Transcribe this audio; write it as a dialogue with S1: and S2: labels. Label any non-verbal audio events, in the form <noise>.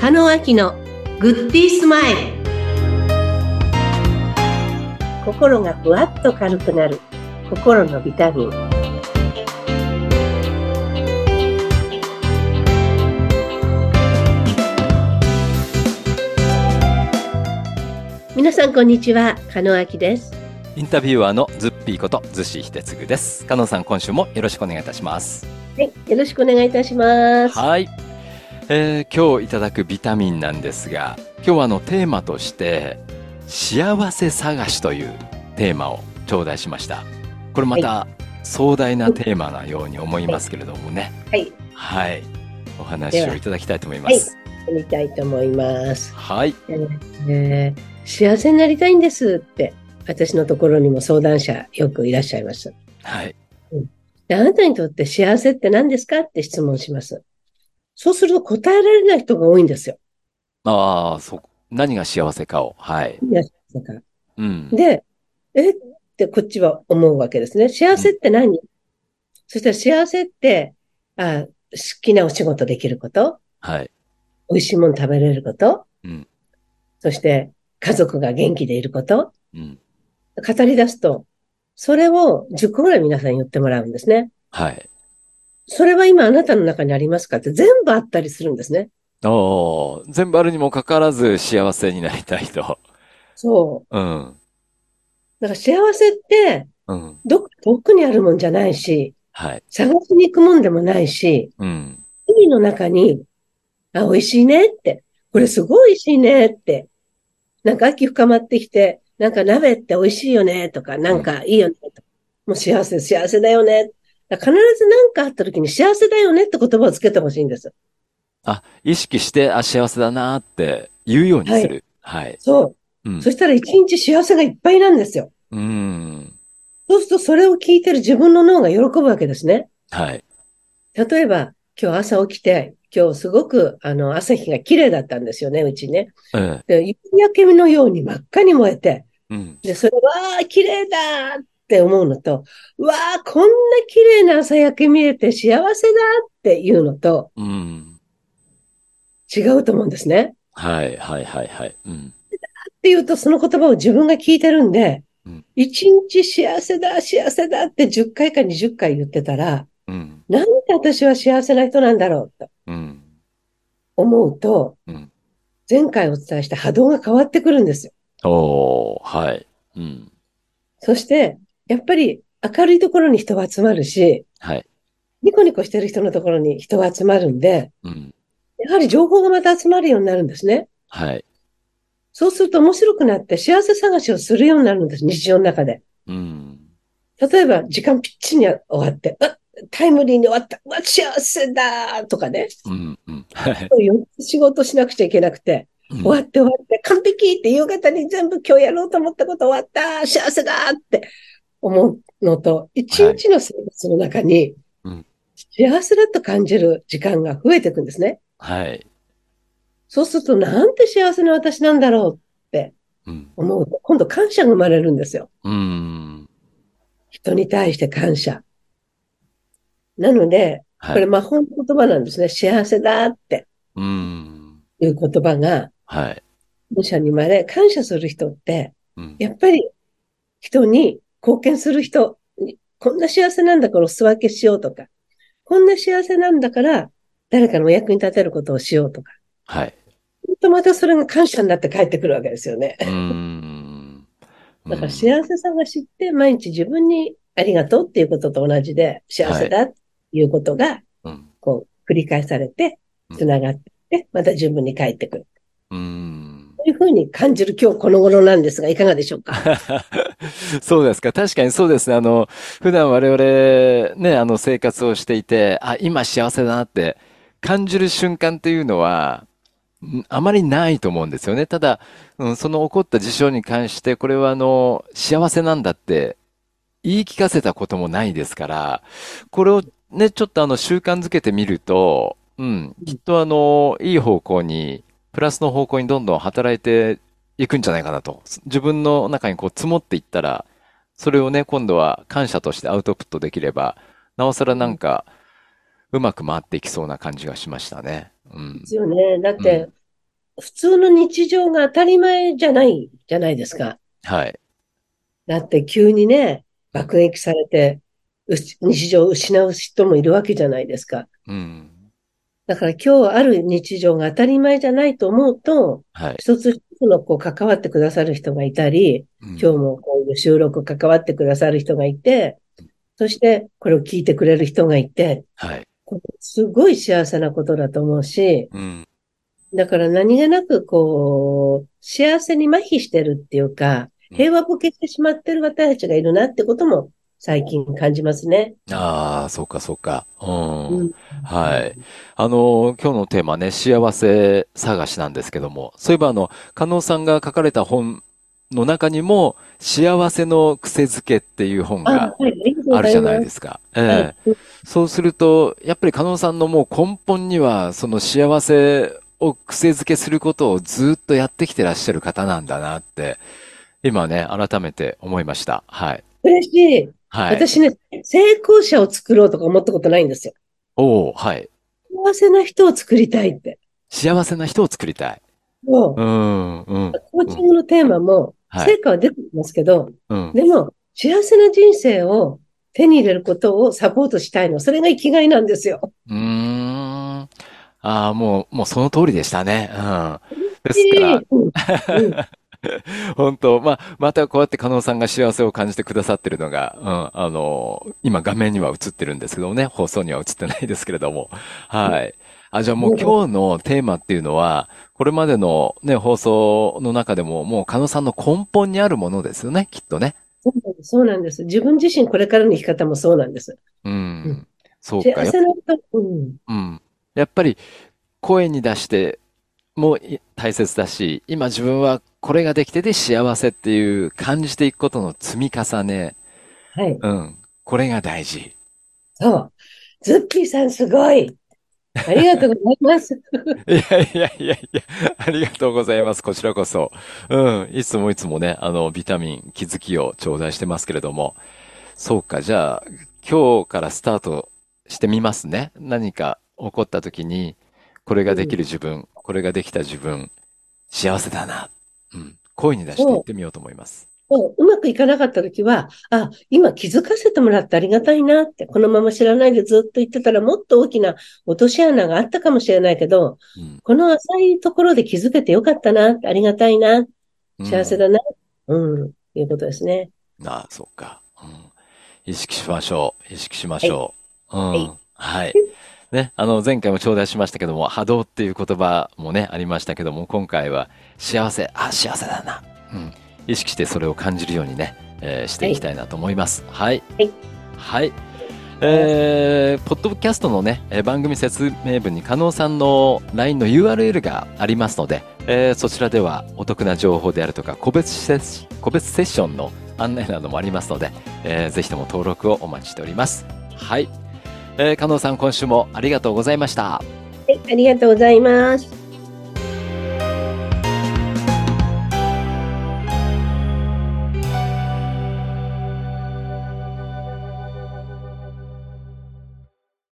S1: 加納明のグッディースマイル心がふわっと軽くなる心のビタミン皆さんこんにちは加納明です
S2: インタビュアーのズッピーことズシヒテツグです。加納さん、今週もよろしくお願いいたします。
S1: はい、よろしくお願いいたします
S2: はい。えー今日いただくビタミンなんですが、今日はあのテーマとして、幸せ探しというテーマを頂戴しました。これまた壮大なテーマなように思いますけれどもね。
S1: はい、
S2: はい。お話をいただきたいと思います。
S1: みたいと思います、
S2: はい。
S1: えー幸せになりたいんですって私のところにも相談者よくいらっしゃいます
S2: はい。
S1: であなたにとって幸せって何ですかって質問します。そうすると答えられない人が多いんですよ。
S2: ああ、そう。何が幸せかを。はい。
S1: だから
S2: うん。
S1: で、えってこっちは思うわけですね。幸せって何、そしたら幸せってあ、好きなお仕事できること、
S2: はい。
S1: 美味しいもの食べれること、
S2: うん
S1: そして家族が元気でいること、
S2: うん。
S1: 語り出すと、それを10個ぐらい皆さん言ってもらうんですね。
S2: はい。
S1: それは今あなたの中にありますかって全部あったりするんですね。
S2: おー全部あるにもかかわらず幸せになりたいと。
S1: そう。
S2: うん。
S1: だから幸せって、
S2: うん。
S1: どっか遠くにあるもんじゃないし、
S2: はい。
S1: 探しに行くもんでもないし、
S2: うん。
S1: 海の中に、あ、美味しいねって、これすごい美味しいねって、なんか秋深まってきて、なんか鍋って美味しいよねとか、なんかいいよねとか、もう幸せ、幸せだよね。だから必ず何かあった時に幸せだよねって言葉をつけてほしいんです。
S2: あ、意識して、あ、幸せだなーって言うようにする。はい。
S1: そうう。
S2: ん
S1: そ。したら一日幸せがいっぱいなんですよ。
S2: うん。
S1: そうするとそれを聞いてる自分の脳が喜ぶわけですね。
S2: はい。
S1: 例えば、今日朝起きて、今日すごく、あの、朝日が綺麗だったんですよね、うちね。
S2: うん。
S1: で、夕焼けのように真っ赤に燃えて、
S2: うん。
S1: で、それ、わー、綺麗だーって思うのと、わー、こんな綺麗な朝焼け見れて幸せだーっていうのと
S2: うん。
S1: 違うと思うんですね。
S2: はい、はい、はい、はい。うん。
S1: っていうと、その言葉を自分が聞いてるんで
S2: うん、
S1: 一日幸せだ、幸せだって10回か20回言ってたら、
S2: うん。
S1: なんで私は幸せな人なんだろうと
S2: うん。
S1: 思うと、
S2: うん
S1: 前回お伝えした波動が変わってくるんですよ。
S2: おー、はい。うん。
S1: そして、やっぱり明るいところに人は集まるし、
S2: はい。
S1: ニコニコしてる人のところに人は集まるんで、
S2: うん。
S1: やはり情報がまた集まるようになるんですね。
S2: はい。
S1: そうすると面白くなって幸せ探しをするようになるんです、日常の中で。
S2: うん。
S1: 例えば、時間ぴっちりに終わって、あタイムリーに終わった、うわ、幸せだーとかね、
S2: うん。うん。はい。
S1: 4つ仕事しなくちゃいけなくて、
S2: うん
S1: 終わって終わって、完璧って夕方に全部今日やろうと思ったこと終わった、幸せだーって思うのと、一日の生活の中に
S2: うん、
S1: 幸せだと感じる時間が増えていくんですね。
S2: はい。
S1: そうすると、なんて幸せな私なんだろう
S2: うん。
S1: 思うと、今度感謝が生まれるんですよ。
S2: うん。
S1: 人に対して感謝。なので、こ
S2: は
S1: れ
S2: い。
S1: 魔法の言葉なんですね。幸せだって
S2: うん。
S1: いう言葉が、
S2: はい。
S1: 感謝に生まれ、感謝する人って、
S2: うん。
S1: やっぱり人に貢献する人、こんな幸せなんだからお裾分けしようとか、こんな幸せなんだから誰かのお役に立てることをしようとか、
S2: はい。
S1: ほんとまたそれが感謝になって帰ってくるわけですよね。
S2: うん。
S1: だから幸せ探しって毎日自分にありがとうっていうことと同じで、幸せだっていうことが、
S2: うん。
S1: こう、繰り返されて
S2: う、ん
S1: つながってって、また自分に帰ってくる。
S2: うん。
S1: というふうに感じる今日この頃なんですが、いかがでしょう
S2: <laughs>
S1: か
S2: そうですか。確かにそうですね。あの、普段我々ね、あの生活をしていて、あ、今幸せだなって感じる瞬間っていうのは、んあまりないと思うんですよね。ただ、うん、その起こった事象に関して、これはあの、幸せなんだって言い聞かせたこともないですから、これをね、ちょっとあの、習慣づけてみると、うん、きっとあの、いい方向に、プラスの方向にどんどん働いていくんじゃないかなと。自分の中にこう積もっていったら、それをね、今度は感謝としてアウトプットできれば、なおさらなんか、うまく回っていきそうな感じがしましたね。うん
S1: で。すよね。だって、普通の日常が当たり前じゃないじゃないですか。
S2: はい。
S1: だって急にね、爆撃されて、うし日常を失う人もいるわけじゃないですか。
S2: うん。
S1: だから今日ある日常が当たり前じゃないと思うと、
S2: はい。
S1: 一つ一つのこう関わってくださる人がいたり、
S2: う
S1: 今日
S2: ん。
S1: もこういう収録関わってくださる人がいて、そしてこれを聞いてくれる人がいて、
S2: はい。
S1: これすごい幸せなことだと思うし、
S2: うん。
S1: だから何気なくこう、幸せに麻痺してるっていうか、
S2: う
S1: 平
S2: ん。
S1: 和ボケしてしまってる私たちがいるなってことも最近感じますね。
S2: ああ、そうか、そうか。う。
S1: うんん。
S2: はい。あの、今日のテーマね、幸せ探しなんですけども、そういえばあの、加納さんが書かれた本の中にも、幸せの癖づけっていう本
S1: あ、
S2: が
S1: はい、ありがとう
S2: あ
S1: ご
S2: る
S1: ざ
S2: じ
S1: い
S2: ゃない
S1: ま。
S2: ですすか。
S1: は
S2: え
S1: い。
S2: え。そうすると、やっぱり加納さんのもう根本には、その幸せを癖づけすることをずっとやってきてらっしゃる方なんだなって、今ね、改めて思いました。はい。
S1: 嬉しい。
S2: はい。
S1: 私ね、成功者を作ろうとか思ったことないんですよ。
S2: おー、はい。
S1: 幸せな人を作りたいって。
S2: 幸せな人を作りたい。う
S1: も
S2: ーん、うん、
S1: う、コー
S2: う
S1: チ
S2: ん。
S1: ングのテーマも、
S2: はい。
S1: 成果は出てきますけど、
S2: うん。
S1: でも、幸せな人生を手に入れることをサポートしたいの。それが生きがいなんですよ。
S2: うーん。ああ、もう、もうその通りでしたね。うん。ですか
S1: ええ
S2: ら、
S1: うん。うん。
S2: 本当、まあ、またこうやって加納さんが幸せを感じてくださってるのが、うん、あの、今画面には映ってるんですけどもね、放送には映ってないですけれども。はい。あ、じゃあもう
S1: も
S2: 今日のテーマっていうのは、これまでのね、放送の中でも、もう加納さんの根本にあるものですよね、きっとね。
S1: うそうなんです。自分自身これからの生き方もそうなんです。
S2: う
S1: うん。
S2: ん。そうか、
S1: 幸
S2: やっ、
S1: せな人、うん。
S2: うん。やっぱり声に出して、もい大切だし、今自分はこれができてて幸せっていう感じていくことの積み重ね。
S1: はい。
S2: うん。これが大事。
S1: そう。ズッキーさんすごい。ありがとうございます。 <laughs>
S2: いやいやいやいや、ありがとうございます。こちらこそ。うん。いつもいつもね、あの、ビタミン、気づきを頂戴してますけれども。そうか、じゃあ、今日からスタートしてみますね。何か起こった時に、これ
S1: う
S2: ができ
S1: ん。
S2: る自分、これができた自分、幸せだな。うん。声に出して言っ
S1: そう。
S2: てみようと思います。
S1: そううまくいかなかったときは、あ、今気づかせてもらってありがたいなって、このまま知らないでずっと言ってたらもっと大きな落とし穴があったかもしれないけど、
S2: うん。
S1: この浅いところで気づけてよかったな、ありがたいな、
S2: う
S1: 幸せ
S2: ん。
S1: だな、うん、いうことですね。
S2: ああ、そうか。うん。意識しましょう。意識しま
S1: は
S2: し
S1: い、
S2: ょう。う
S1: はい。
S2: ん。はい。ね、あの、前回も頂戴しましたけども、波動っていう言葉もね、ありましたけども、今回は幸せ、あ、幸せだな。うん。意識してそれを感じるようにね、えーして
S1: はい
S2: き
S1: い。
S2: たいなと思います。はい。
S1: はい。
S2: は
S1: は
S2: い。
S1: い。
S2: えー、ポッドキャストのね、えー番組説明文に加納さんの LINE の URL がありますので、えーそちらではお得な情報であるとか、個別セッ、個別セッションの案内などもありますので、えーぜひとも登録をお待ちしております。はい。えー、加納さん、今週もありがとうございました。
S1: はいありがとうございます。